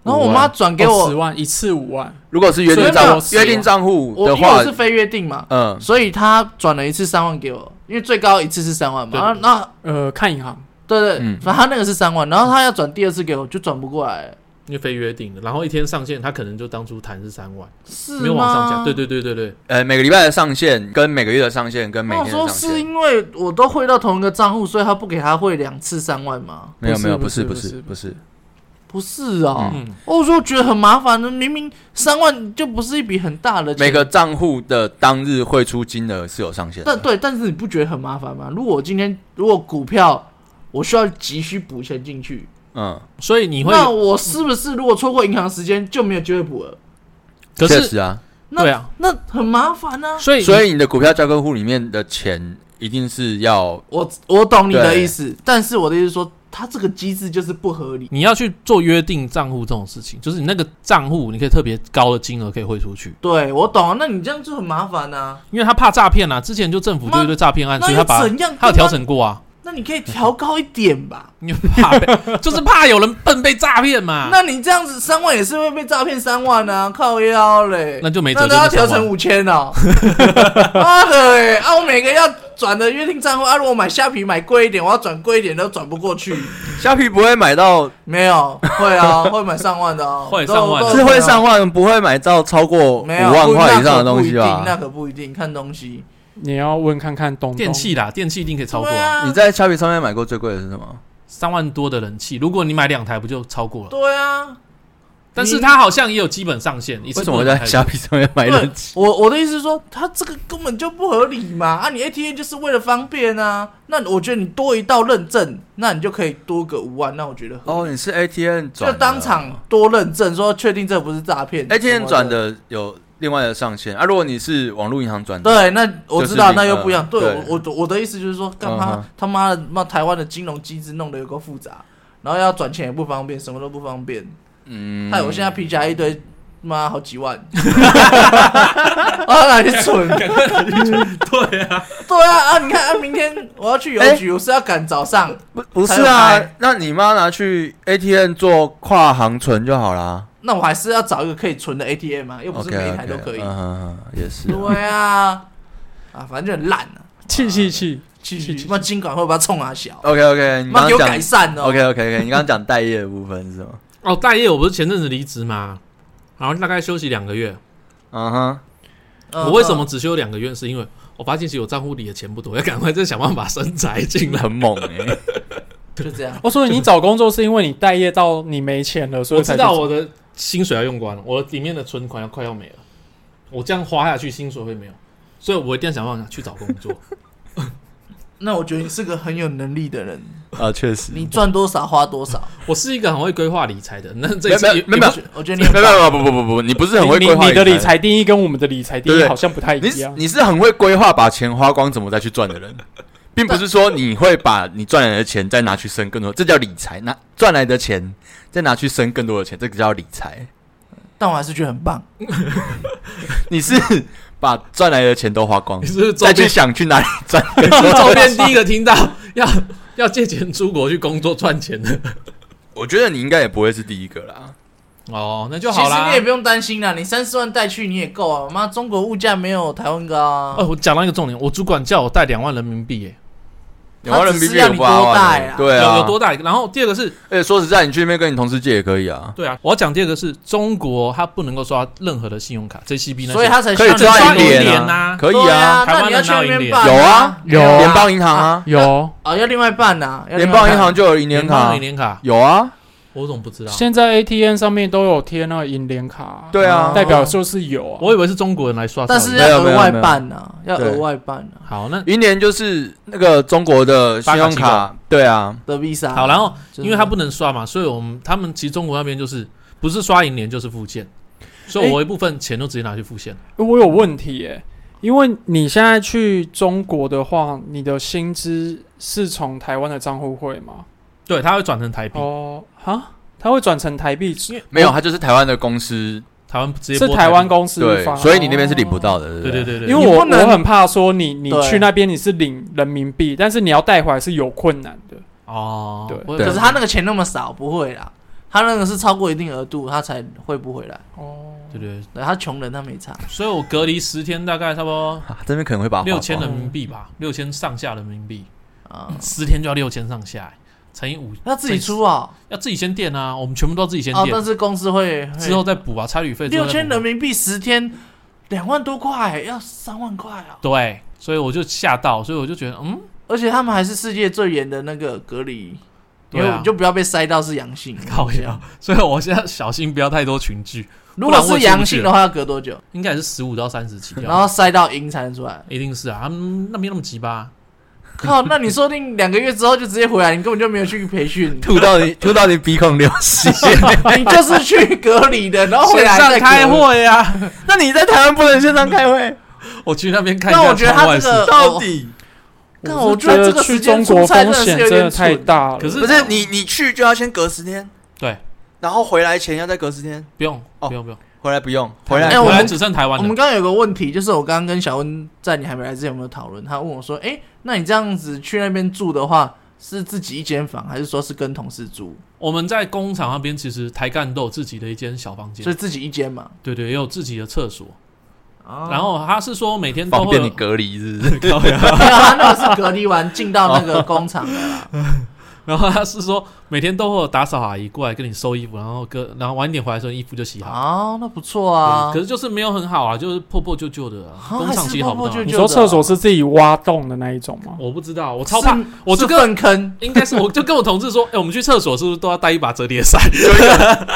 Speaker 2: 然后我妈转给我，
Speaker 4: 十万一次五万，
Speaker 3: 如果是约定
Speaker 2: 所以没
Speaker 3: 账
Speaker 2: 有
Speaker 3: 户约定账户
Speaker 2: 我
Speaker 3: 的
Speaker 2: 因为我
Speaker 3: 话
Speaker 2: 是，非约定嘛，
Speaker 3: 嗯，
Speaker 2: 所以她转了一次三万给我，因为最高一次是三万嘛。
Speaker 1: 对
Speaker 2: 然后那
Speaker 4: 呃，看银行。
Speaker 2: 对对，
Speaker 3: 嗯
Speaker 2: 反正她那个是三万，然后她要转第二次给我，就转不过来，
Speaker 1: 因为非约定的，然后一天上线，他可能就当初谈是三万，
Speaker 2: 是
Speaker 1: 没有往上
Speaker 2: 吗
Speaker 1: 加。对。对对对对，
Speaker 3: 呃，每个礼拜的上限跟每个月的上限跟每
Speaker 2: 那
Speaker 3: 天
Speaker 2: 我
Speaker 3: 的
Speaker 2: 哦说
Speaker 3: 上
Speaker 2: 是
Speaker 3: 限，
Speaker 2: 因为我都汇到同一个账户，所以她不给她汇两次三万吗？
Speaker 3: 没有没有，
Speaker 4: 不
Speaker 3: 不
Speaker 4: 是
Speaker 3: 是不
Speaker 4: 不是
Speaker 3: 是不是，
Speaker 2: 不是哦，
Speaker 3: 嗯
Speaker 1: 嗯，
Speaker 2: 哦我说觉得很麻烦呢，明明三万就不是一笔很大的钱，
Speaker 3: 每个账户的当日汇出金额是有上限的，
Speaker 2: 但对，但是你不觉得很麻烦吗？如果我今天如果股票我需要急需补钱进去，
Speaker 3: 嗯，
Speaker 1: 所以你会，
Speaker 2: 那我是不是如果错过银行时间就没有机会补了？
Speaker 1: 可
Speaker 3: 确
Speaker 1: 是
Speaker 3: 实啊，
Speaker 2: 那
Speaker 1: 对啊，
Speaker 2: 那很麻烦啊。
Speaker 1: 所以
Speaker 3: 所以你的股票交割户里面的钱一定是要
Speaker 2: 我我懂你的
Speaker 3: 对
Speaker 2: 意思，但是我的意思是说，它这个机制就是不合理。
Speaker 1: 你要去做约定账户这种事情，就是你那个账户你可以特别高的金额可以汇出去，
Speaker 2: 对我懂啊，那你这样就很麻烦啊。
Speaker 1: 因为他怕诈骗啊，之前就政府就
Speaker 2: 那
Speaker 1: 一堆诈骗案，
Speaker 2: 那
Speaker 1: 所以
Speaker 2: 又
Speaker 1: 他把
Speaker 2: 怎样？
Speaker 1: 他有调整过啊，
Speaker 2: 那，那你可以调高一点吧。
Speaker 1: 你怕 被就是怕有人笨被诈骗嘛，
Speaker 3: 啊
Speaker 2: 那你这样子三万也是会被诈骗三万啊，靠腰嘞。
Speaker 1: 那就没
Speaker 2: 那
Speaker 1: 辙
Speaker 2: 都
Speaker 1: 就
Speaker 2: 要
Speaker 1: 是
Speaker 2: 调
Speaker 1: 三万
Speaker 2: 成五千 哦，妈的哎！啊，我每个要转的约定账户啊，如果买虾皮买贵一点，我要转贵一点都转不过去。
Speaker 3: 虾皮不会买到，
Speaker 2: 没有，会 啊，会买上万的哦，
Speaker 1: 会
Speaker 2: 都
Speaker 1: 上万的
Speaker 2: 都
Speaker 3: 是会上万，不会买到超过五
Speaker 2: 没有
Speaker 3: 万
Speaker 2: 不
Speaker 3: 块
Speaker 2: 那
Speaker 3: 以上
Speaker 2: 可
Speaker 3: 的东
Speaker 2: 不一
Speaker 3: 西
Speaker 2: 定那
Speaker 3: 吧？
Speaker 2: 可不一定，看东西。
Speaker 4: 你要问看看东东
Speaker 1: 电器啦，电器一定可以超过
Speaker 2: 对
Speaker 1: 啊，
Speaker 2: 啊，
Speaker 3: 你在虾皮上面买过最贵的是什么？
Speaker 1: 三万多的人气，如果你买两台不就超过了？
Speaker 2: 对啊，
Speaker 1: 但是它好像也有基本上限，为
Speaker 3: 为什么我在虾皮上面买
Speaker 2: 对
Speaker 3: 人？
Speaker 2: 我我的意思是说，他这个根本就不合理嘛！啊，你 ATM 就是为了方便啊。那我觉得你多一道认证，那你就可以多个五万，那我觉得合理
Speaker 3: 哦，你是 ATM
Speaker 2: 就
Speaker 3: 转的，
Speaker 2: 当场多认证，说确定这不是诈骗。什
Speaker 3: ATM
Speaker 2: 么
Speaker 3: 转，的有另外的上限啊。如果你是网络银行转的，
Speaker 2: 对，那我知道，
Speaker 3: 就是
Speaker 2: 那
Speaker 3: 你
Speaker 2: 又不一样。
Speaker 3: 呃
Speaker 2: 对我我我的意思就是说，干
Speaker 3: 嗯
Speaker 2: 嘛
Speaker 3: 哼
Speaker 2: 他妈的妈台湾的金融机制弄得有够复杂，然后要转钱也不方便，什么都不方便。
Speaker 3: 嗯
Speaker 2: 哎害我现在皮夹一堆，妈好几 万， 啊，哪里 蠢？
Speaker 1: 对啊，
Speaker 2: 对啊啊！你看啊，明天我要去邮
Speaker 3: 哎
Speaker 2: 局，我是要赶早上。
Speaker 3: 不不
Speaker 2: 才
Speaker 3: 是
Speaker 2: 有
Speaker 3: 啊
Speaker 2: 开，
Speaker 3: 那你妈拿去 ATM 做跨行存就好啦。
Speaker 2: 那我还是要找一个可以存的 ATM 啊，又不是
Speaker 3: OK
Speaker 2: 每一
Speaker 3: OK，
Speaker 2: 台都可以。
Speaker 3: 嗯哼哼也是啊。
Speaker 2: 对啊，啊，反正就很烂啊。
Speaker 4: 气气气，
Speaker 2: 继
Speaker 4: 去
Speaker 2: 续，
Speaker 4: 去
Speaker 2: 妈金管会把它冲啊小，
Speaker 3: OK OK，你
Speaker 2: 妈
Speaker 3: 刚
Speaker 2: 给
Speaker 3: 刚
Speaker 2: 我改
Speaker 3: 嗯讲
Speaker 2: 善哦。
Speaker 3: OK OK OK，你刚刚讲待业的部分是吗？
Speaker 1: 哦，待业我不是前阵子离职嘛，然后大概休息两个月。
Speaker 3: 嗯哼，哦
Speaker 2: 嗯
Speaker 1: 我为
Speaker 3: 啊
Speaker 1: 什么？只休两个月？是因为我发现其实我账户里的钱不 多，要赶快再想办法生财进 来。
Speaker 3: 很猛哎。
Speaker 2: 嗯就这样。
Speaker 4: 哦，所以你找工作是因为你待业到你没钱了，所以
Speaker 1: 我知
Speaker 4: 才
Speaker 1: 道
Speaker 4: 去
Speaker 1: 我的薪水要用光了，我里面的存款要快要没了，我这样花下去薪水会没有，所以我一定要想办法去找工 作。
Speaker 2: 那我觉得你是个很有能力的人，
Speaker 3: 啊，确实。
Speaker 2: 你赚多少花多少。
Speaker 1: 我是一个很会规划理财的，那这一次
Speaker 3: 没有
Speaker 1: 也
Speaker 3: 哎没有没有
Speaker 1: 也不
Speaker 2: 我觉得
Speaker 3: 没
Speaker 2: 你
Speaker 3: 有
Speaker 2: 很
Speaker 3: 没
Speaker 2: 棒
Speaker 3: 有不不不不，你不是很会
Speaker 4: 你
Speaker 3: 规划
Speaker 4: 你的理
Speaker 3: 财，
Speaker 4: 财定义跟我们的理财定
Speaker 3: 对
Speaker 4: 义
Speaker 3: 对
Speaker 4: 好像
Speaker 1: 哎
Speaker 4: 不太一
Speaker 3: 你
Speaker 4: 样。
Speaker 3: 你是很会规划把钱花光怎么再去 赚的人，并不是说你会把你赚来的钱再拿去生更多，这叫理财。拿赚来的钱再拿去生更多的钱，这个叫理财。
Speaker 2: 但我还是觉得很棒。
Speaker 3: 你是把赚来的钱都花光
Speaker 1: 你，是不是周
Speaker 3: 再去
Speaker 1: 边
Speaker 3: 想去哪里赚。
Speaker 1: 周边第一个听到要 要借钱出国去工作赚钱的？
Speaker 3: 我觉得你应该也不会是第一个啦。
Speaker 1: 哦，那就
Speaker 2: 其
Speaker 1: 好
Speaker 2: 实
Speaker 1: 啦
Speaker 2: 你也。不用担心啦，啊你三四万带去你也够啊。妈，中国物价没有台湾高啊
Speaker 1: 哦，。我讲到一个重点，我主管叫我带两万人民币，耶，
Speaker 3: 两万人民币
Speaker 2: 只是要
Speaker 3: 有
Speaker 2: 你
Speaker 3: 八
Speaker 2: 多
Speaker 3: 万
Speaker 2: 带
Speaker 3: 欸
Speaker 2: 啊，
Speaker 3: 对
Speaker 1: 有
Speaker 3: 啊
Speaker 1: 有，多大？然后第二个是，
Speaker 3: 而且说实在，你去那边跟你同事借也可以啊。
Speaker 1: 对啊，我要讲第二个是中国，它不能够刷任何的信用卡，JCB 那些，
Speaker 2: 所以他才
Speaker 3: 可以
Speaker 2: 需要
Speaker 1: 哎刷
Speaker 3: 抓
Speaker 2: 你
Speaker 1: 银
Speaker 2: 多
Speaker 1: 联
Speaker 3: 联
Speaker 1: 啊
Speaker 3: 可以
Speaker 2: 对啊，
Speaker 1: 台
Speaker 2: 那
Speaker 1: 湾
Speaker 2: 你要
Speaker 1: 人
Speaker 2: 去
Speaker 1: 哪有
Speaker 2: 那边
Speaker 1: 银
Speaker 2: 办
Speaker 3: 联
Speaker 4: 有啊
Speaker 3: 联邦银行啊，
Speaker 4: 有，
Speaker 2: 啊，要另外办呐，要
Speaker 3: 联
Speaker 2: 另外
Speaker 3: 邦
Speaker 2: 办啊
Speaker 3: 银行就有银联
Speaker 1: 联
Speaker 3: 卡
Speaker 1: 邦，联卡，
Speaker 3: 有啊，
Speaker 1: 我怎么不知道？
Speaker 4: 现在 ATM 上面都有贴那个银联卡，
Speaker 3: 对
Speaker 2: 哦，
Speaker 3: 啊
Speaker 4: 代表就是有啊。
Speaker 1: 我以为是中国人来刷，
Speaker 2: 但是
Speaker 3: 没有
Speaker 2: 要
Speaker 3: 没有
Speaker 2: 额外办呐，要
Speaker 3: 对
Speaker 2: 额外办啊呐
Speaker 1: 好，那
Speaker 3: 银联就是那个中国的信用
Speaker 1: 发
Speaker 3: 卡，对啊，
Speaker 2: 的 Visa。
Speaker 1: 好，然后
Speaker 2: 就是，
Speaker 1: 因为他不能刷嘛，所以我们他们其实中国那边就是不是刷银联就是付现，所以我一部分钱都直接拿去付现了。
Speaker 4: 我有问题耶、因为你现在去中国的话，你的薪资是从台湾的账户汇吗？
Speaker 1: 对，他会转成台币，
Speaker 4: 哦，哈，它会转成台币，
Speaker 3: 没有，它就是台湾的公司，
Speaker 1: 台湾直接
Speaker 4: 是
Speaker 1: 拨
Speaker 4: 台湾
Speaker 1: 币。
Speaker 4: 公司
Speaker 3: 对
Speaker 4: 发，，
Speaker 3: 所以你那边是领不到的，
Speaker 1: 对
Speaker 3: 对
Speaker 1: 对对对，
Speaker 4: 因为
Speaker 2: 你
Speaker 4: 我
Speaker 2: 不能
Speaker 4: 我很怕说你你
Speaker 2: 对
Speaker 4: 去那边你是领人民币，但是你要带回来是有困难的。
Speaker 1: 哦，
Speaker 4: 对
Speaker 1: 我
Speaker 3: 对
Speaker 2: 可是他那个钱那么少，不会啦。他那个是超过一定额度，他才会不回来。
Speaker 4: 哦，
Speaker 1: 对对，
Speaker 2: 对他穷人，他没差。
Speaker 1: 所以我隔离十天，大概差不多
Speaker 3: 啊这边可能会把它划
Speaker 1: 六
Speaker 3: 光，
Speaker 1: 千人民币吧，六千上下人民币，
Speaker 2: 啊，
Speaker 1: 十天就要六千上下、欸乘以五，
Speaker 2: 他自己出啊，
Speaker 1: 要自己先垫啊，我们全部都自己先
Speaker 2: 哦，
Speaker 1: 垫，
Speaker 2: 但是公司会会
Speaker 1: 之后再补啊，差旅费之后
Speaker 2: 六
Speaker 1: 再补
Speaker 2: 千人民币十天，两万多块，要三万块啊！
Speaker 1: 对，所以我就吓到，所以我就觉得 嗯，
Speaker 2: 而且他们还是世界最严的那个隔离，因
Speaker 1: 对
Speaker 2: 为
Speaker 1: 啊
Speaker 2: 你就不要被筛到是阳性。
Speaker 1: 靠呀，所以我现在小心不要太多群聚，
Speaker 2: 如果是阳性的话，要隔多久？
Speaker 1: 应该也是十五到三十起
Speaker 2: 然
Speaker 1: 跳，
Speaker 2: 后筛到阴才能出来。
Speaker 1: 一定是啊，他们那边那么急吧？
Speaker 2: 靠，那你说不定两个月之后就直接回来，你根本就没有去培训
Speaker 3: 吐到你 吐到你鼻孔流 血。
Speaker 2: 你就是去隔离的，然后回
Speaker 1: 啊线
Speaker 2: 来
Speaker 1: 上
Speaker 2: 再隔
Speaker 1: 开。会啊，
Speaker 3: 那你在台湾不能线上开 会，哦
Speaker 1: 我去那边看一
Speaker 2: 那
Speaker 1: 下
Speaker 2: 我觉得
Speaker 1: 窗
Speaker 2: 他
Speaker 1: 外
Speaker 2: 这
Speaker 1: 是
Speaker 2: 个，
Speaker 3: 到
Speaker 2: 我
Speaker 3: 底
Speaker 2: 干
Speaker 4: 我
Speaker 2: 我
Speaker 4: 是
Speaker 2: 觉得这个
Speaker 4: 去
Speaker 2: 时间
Speaker 4: 中国
Speaker 2: 出差
Speaker 4: 风
Speaker 2: 真的
Speaker 4: 险
Speaker 2: 是有
Speaker 4: 真的
Speaker 2: 点
Speaker 4: 太
Speaker 2: 蠢
Speaker 4: 大了。
Speaker 1: 可是
Speaker 3: 不是你你去就要先隔十天，
Speaker 1: 对，
Speaker 3: 然后回来前要再隔十天，
Speaker 1: 不用，
Speaker 3: 哦
Speaker 1: 不用，不用，
Speaker 3: 回来不用，回来
Speaker 2: 哎
Speaker 1: 回
Speaker 2: 我
Speaker 1: 来
Speaker 2: 们
Speaker 1: 只剩台湾
Speaker 2: 我们
Speaker 1: 了。
Speaker 2: 刚刚有个问题，就是我刚刚跟小温在你还没来之前有没有讨论？他问我说：“哎、那你这样子去那边住的话，是自己一间房，还是说是跟同事住？
Speaker 1: 我们在工厂那边，其实台干都有自己的一间小房间
Speaker 2: 所，以自己一间嘛。
Speaker 1: 对对，也有自己的厕所。
Speaker 2: 哦
Speaker 1: 然后他是说每天都
Speaker 3: 方
Speaker 1: 会
Speaker 3: 便你
Speaker 1: 有，
Speaker 3: 隔离，是不 是？
Speaker 2: 没有，他那个是隔离完进到那个工厂的啦。
Speaker 1: 然后他是说每天都会有打扫阿姨过来跟你收衣服，然后跟然后晚一点回来的时候衣服就洗好。
Speaker 2: 哦，那不错啊。
Speaker 1: 可是就是没有很好啊，就是破破旧旧的啊、
Speaker 2: 啊
Speaker 1: 工厂其实好不到
Speaker 2: 还是破破旧
Speaker 1: 哪
Speaker 2: 旧
Speaker 1: 里。
Speaker 4: 你说厕所是自己挖洞的那一种吗？
Speaker 1: 我不知道，我超怕
Speaker 2: 是，
Speaker 1: 我就是跟
Speaker 2: 粪坑，
Speaker 1: 应该是我就跟我同事说，哎、我们去厕所是不是都要带一把折叠伞？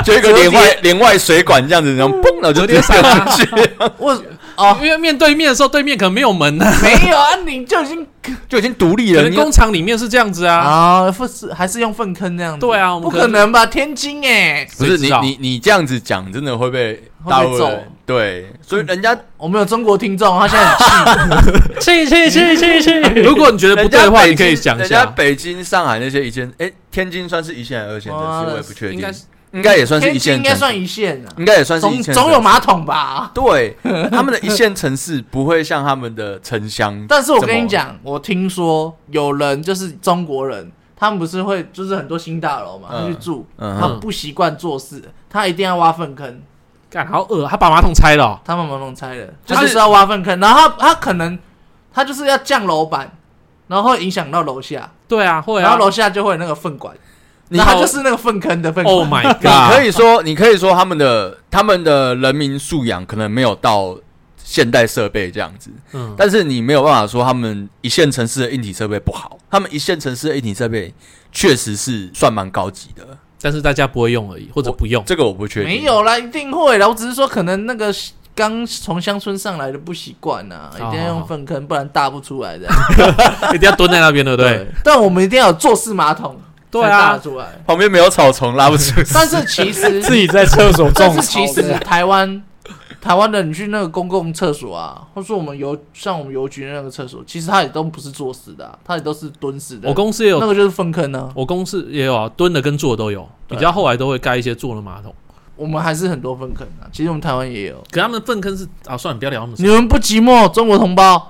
Speaker 3: 就一个连外连外水管这样子，然后砰，然后就
Speaker 1: 叠伞啊
Speaker 3: 进去，
Speaker 2: 我哦
Speaker 1: 因为面对面的时候，对面可能没有门呢、啊。
Speaker 2: 没有啊，你就已经
Speaker 3: 就已经独立
Speaker 1: 可
Speaker 3: 了。
Speaker 1: 能
Speaker 3: 你
Speaker 1: 工厂里面是这样子啊，
Speaker 2: 啊，粪是还是用粪坑那样子？
Speaker 1: 对啊我们
Speaker 2: 不
Speaker 1: 可能
Speaker 2: 可能吧？天津哎，
Speaker 3: 不
Speaker 1: 谁
Speaker 3: 是
Speaker 1: 知
Speaker 3: 你
Speaker 1: 道
Speaker 3: 你你这样子讲，真的会被大陆
Speaker 2: 会被揍嗯
Speaker 3: 人对，所以人家
Speaker 2: 我们有中国听众，他现在很气
Speaker 4: 去去去去去！
Speaker 1: 如果你觉得不
Speaker 3: 人
Speaker 1: 对
Speaker 3: 家
Speaker 1: 的话，
Speaker 3: 北
Speaker 1: 你可以
Speaker 3: 京
Speaker 1: 讲一
Speaker 3: 人家
Speaker 1: 下。
Speaker 3: 北京、上海那些一线，哎，天津算是一线还是二线城
Speaker 2: 哇
Speaker 3: 市？
Speaker 2: 那
Speaker 3: 我也不确定，
Speaker 1: 应该是
Speaker 3: 应该也算是
Speaker 2: 嗯天
Speaker 3: 一
Speaker 2: 津
Speaker 3: 线
Speaker 2: 应该
Speaker 3: 城
Speaker 2: 算
Speaker 3: 市，
Speaker 2: 一线啊，
Speaker 3: 应该也算是一
Speaker 2: 总
Speaker 3: 线城市。
Speaker 2: 总有马桶吧？
Speaker 3: 对，他们的一线城市不会像他们的城乡。
Speaker 2: 但是我跟你，讲，我听说有人就是中国人，他们不是会就是很多新大楼嘛，
Speaker 3: 嗯
Speaker 2: 他去住，
Speaker 3: 嗯
Speaker 2: 他
Speaker 3: 哼，
Speaker 2: 不习惯做事，他一定要挖粪坑，
Speaker 1: 干好恶，他把马桶拆了哦、
Speaker 2: 他们马桶拆了，
Speaker 3: 就
Speaker 2: 就是是要挖粪坑，然后他他可能他就是要降楼板。然后会影响到楼下，
Speaker 1: 对啊，会
Speaker 2: 然
Speaker 1: 啊
Speaker 2: 后。楼下就会有那个粪管，
Speaker 1: 你
Speaker 2: 然后
Speaker 1: 好
Speaker 2: 他就是那个粪坑的粪管。
Speaker 1: Oh my
Speaker 3: 你可
Speaker 2: 啊
Speaker 1: god！
Speaker 3: 以说，你可以说他们的他们的人民素养可能没有到现代设备这样子，
Speaker 1: 嗯，
Speaker 3: 但是你没有办法说他们一线城市的硬体设备不好，他们一线城市的硬体设备确实是算蛮高级的，
Speaker 1: 但是大家不会用而已，或者不 用。
Speaker 3: 这个我不确定。
Speaker 2: 没有啦，一定会啦。我只是说，可能那个刚从乡村上来的不习惯呐，
Speaker 1: 哦
Speaker 2: 一定要用粪坑，不然大不出来的。
Speaker 1: 一定要蹲在那边，对不对？，
Speaker 2: 但我们一定要有坐式马桶，
Speaker 1: 对
Speaker 2: 才大
Speaker 1: 啊
Speaker 2: 得，出来。
Speaker 3: 旁边没有草丛拉不出，
Speaker 2: 但是其 实，
Speaker 4: 自己在厕所种
Speaker 2: 但
Speaker 4: 草
Speaker 2: 是其实台湾台湾的，你去那个公共厕所啊，或说我们邮像我们邮局的那个厕所，其实它也都不是坐式的啊，它也都是蹲式的。
Speaker 1: 我公司也
Speaker 2: 那
Speaker 1: 有，
Speaker 2: 个就是粪坑呢，
Speaker 1: 我公司也有啊，蹲的跟坐的都有。比
Speaker 2: 对
Speaker 1: 较后来都会盖一些坐的马桶，
Speaker 2: 我们还是很多粪坑啊。其实我们台湾也有。
Speaker 1: 可他们的粪坑是啊，算了，不要聊那么
Speaker 2: 你
Speaker 1: 深。
Speaker 2: 们不寂寞，中国同胞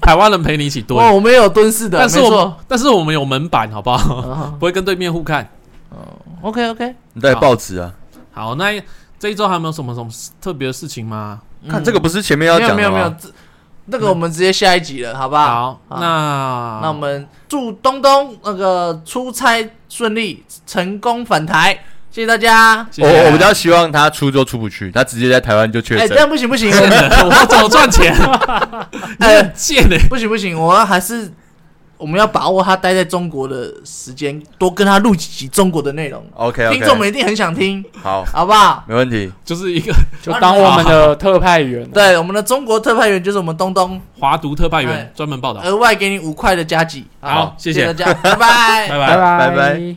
Speaker 1: 台湾人陪你一起蹲，
Speaker 2: 哦，我们也有蹲式的，
Speaker 1: 但是
Speaker 2: 没
Speaker 1: 我
Speaker 2: 错
Speaker 1: 们。但是我们有门板，好不好？
Speaker 2: 啊
Speaker 1: 不会跟对面互看。
Speaker 2: OK OK，
Speaker 3: 你带报纸啊？
Speaker 1: 好，那这一周还有没有什么什么特别的事情吗？
Speaker 3: 看这个不是前面要
Speaker 2: 没有
Speaker 3: 讲
Speaker 2: 没
Speaker 3: 的
Speaker 2: 有没有
Speaker 3: 吗？，
Speaker 2: 这那个我们直接下一集了，好不好？
Speaker 1: 好，那
Speaker 2: 啊那我们祝东东那个出差顺利，成功返台，谢谢大家。
Speaker 1: 谢
Speaker 3: 我
Speaker 1: 谢
Speaker 3: 我比较希望他出都出不去，他直接在台湾就确
Speaker 2: 哎，这
Speaker 3: 诊。
Speaker 2: 样不行不行，
Speaker 1: 真
Speaker 2: 我
Speaker 1: 的， 我怎么赚钱？你很贱欸的、
Speaker 2: 不行不行，我还是我们要把握他待在中国的时间，多跟他录几集中国的内容，
Speaker 3: OK
Speaker 2: 听众们
Speaker 3: OK，
Speaker 2: 一定很想听，
Speaker 3: 好，
Speaker 2: 好不好？
Speaker 3: 没问题。
Speaker 1: 就是一个
Speaker 4: 就当我们的特派员，啊
Speaker 2: 对，我们的中国特派员就是我们东东，
Speaker 1: 华独特派员
Speaker 2: 哎
Speaker 1: 专门报道。
Speaker 2: 额外给你五块的加急，
Speaker 1: 好谢谢
Speaker 2: 大家，拜 拜
Speaker 1: 拜。
Speaker 4: 拜
Speaker 3: 拜拜
Speaker 4: 拜。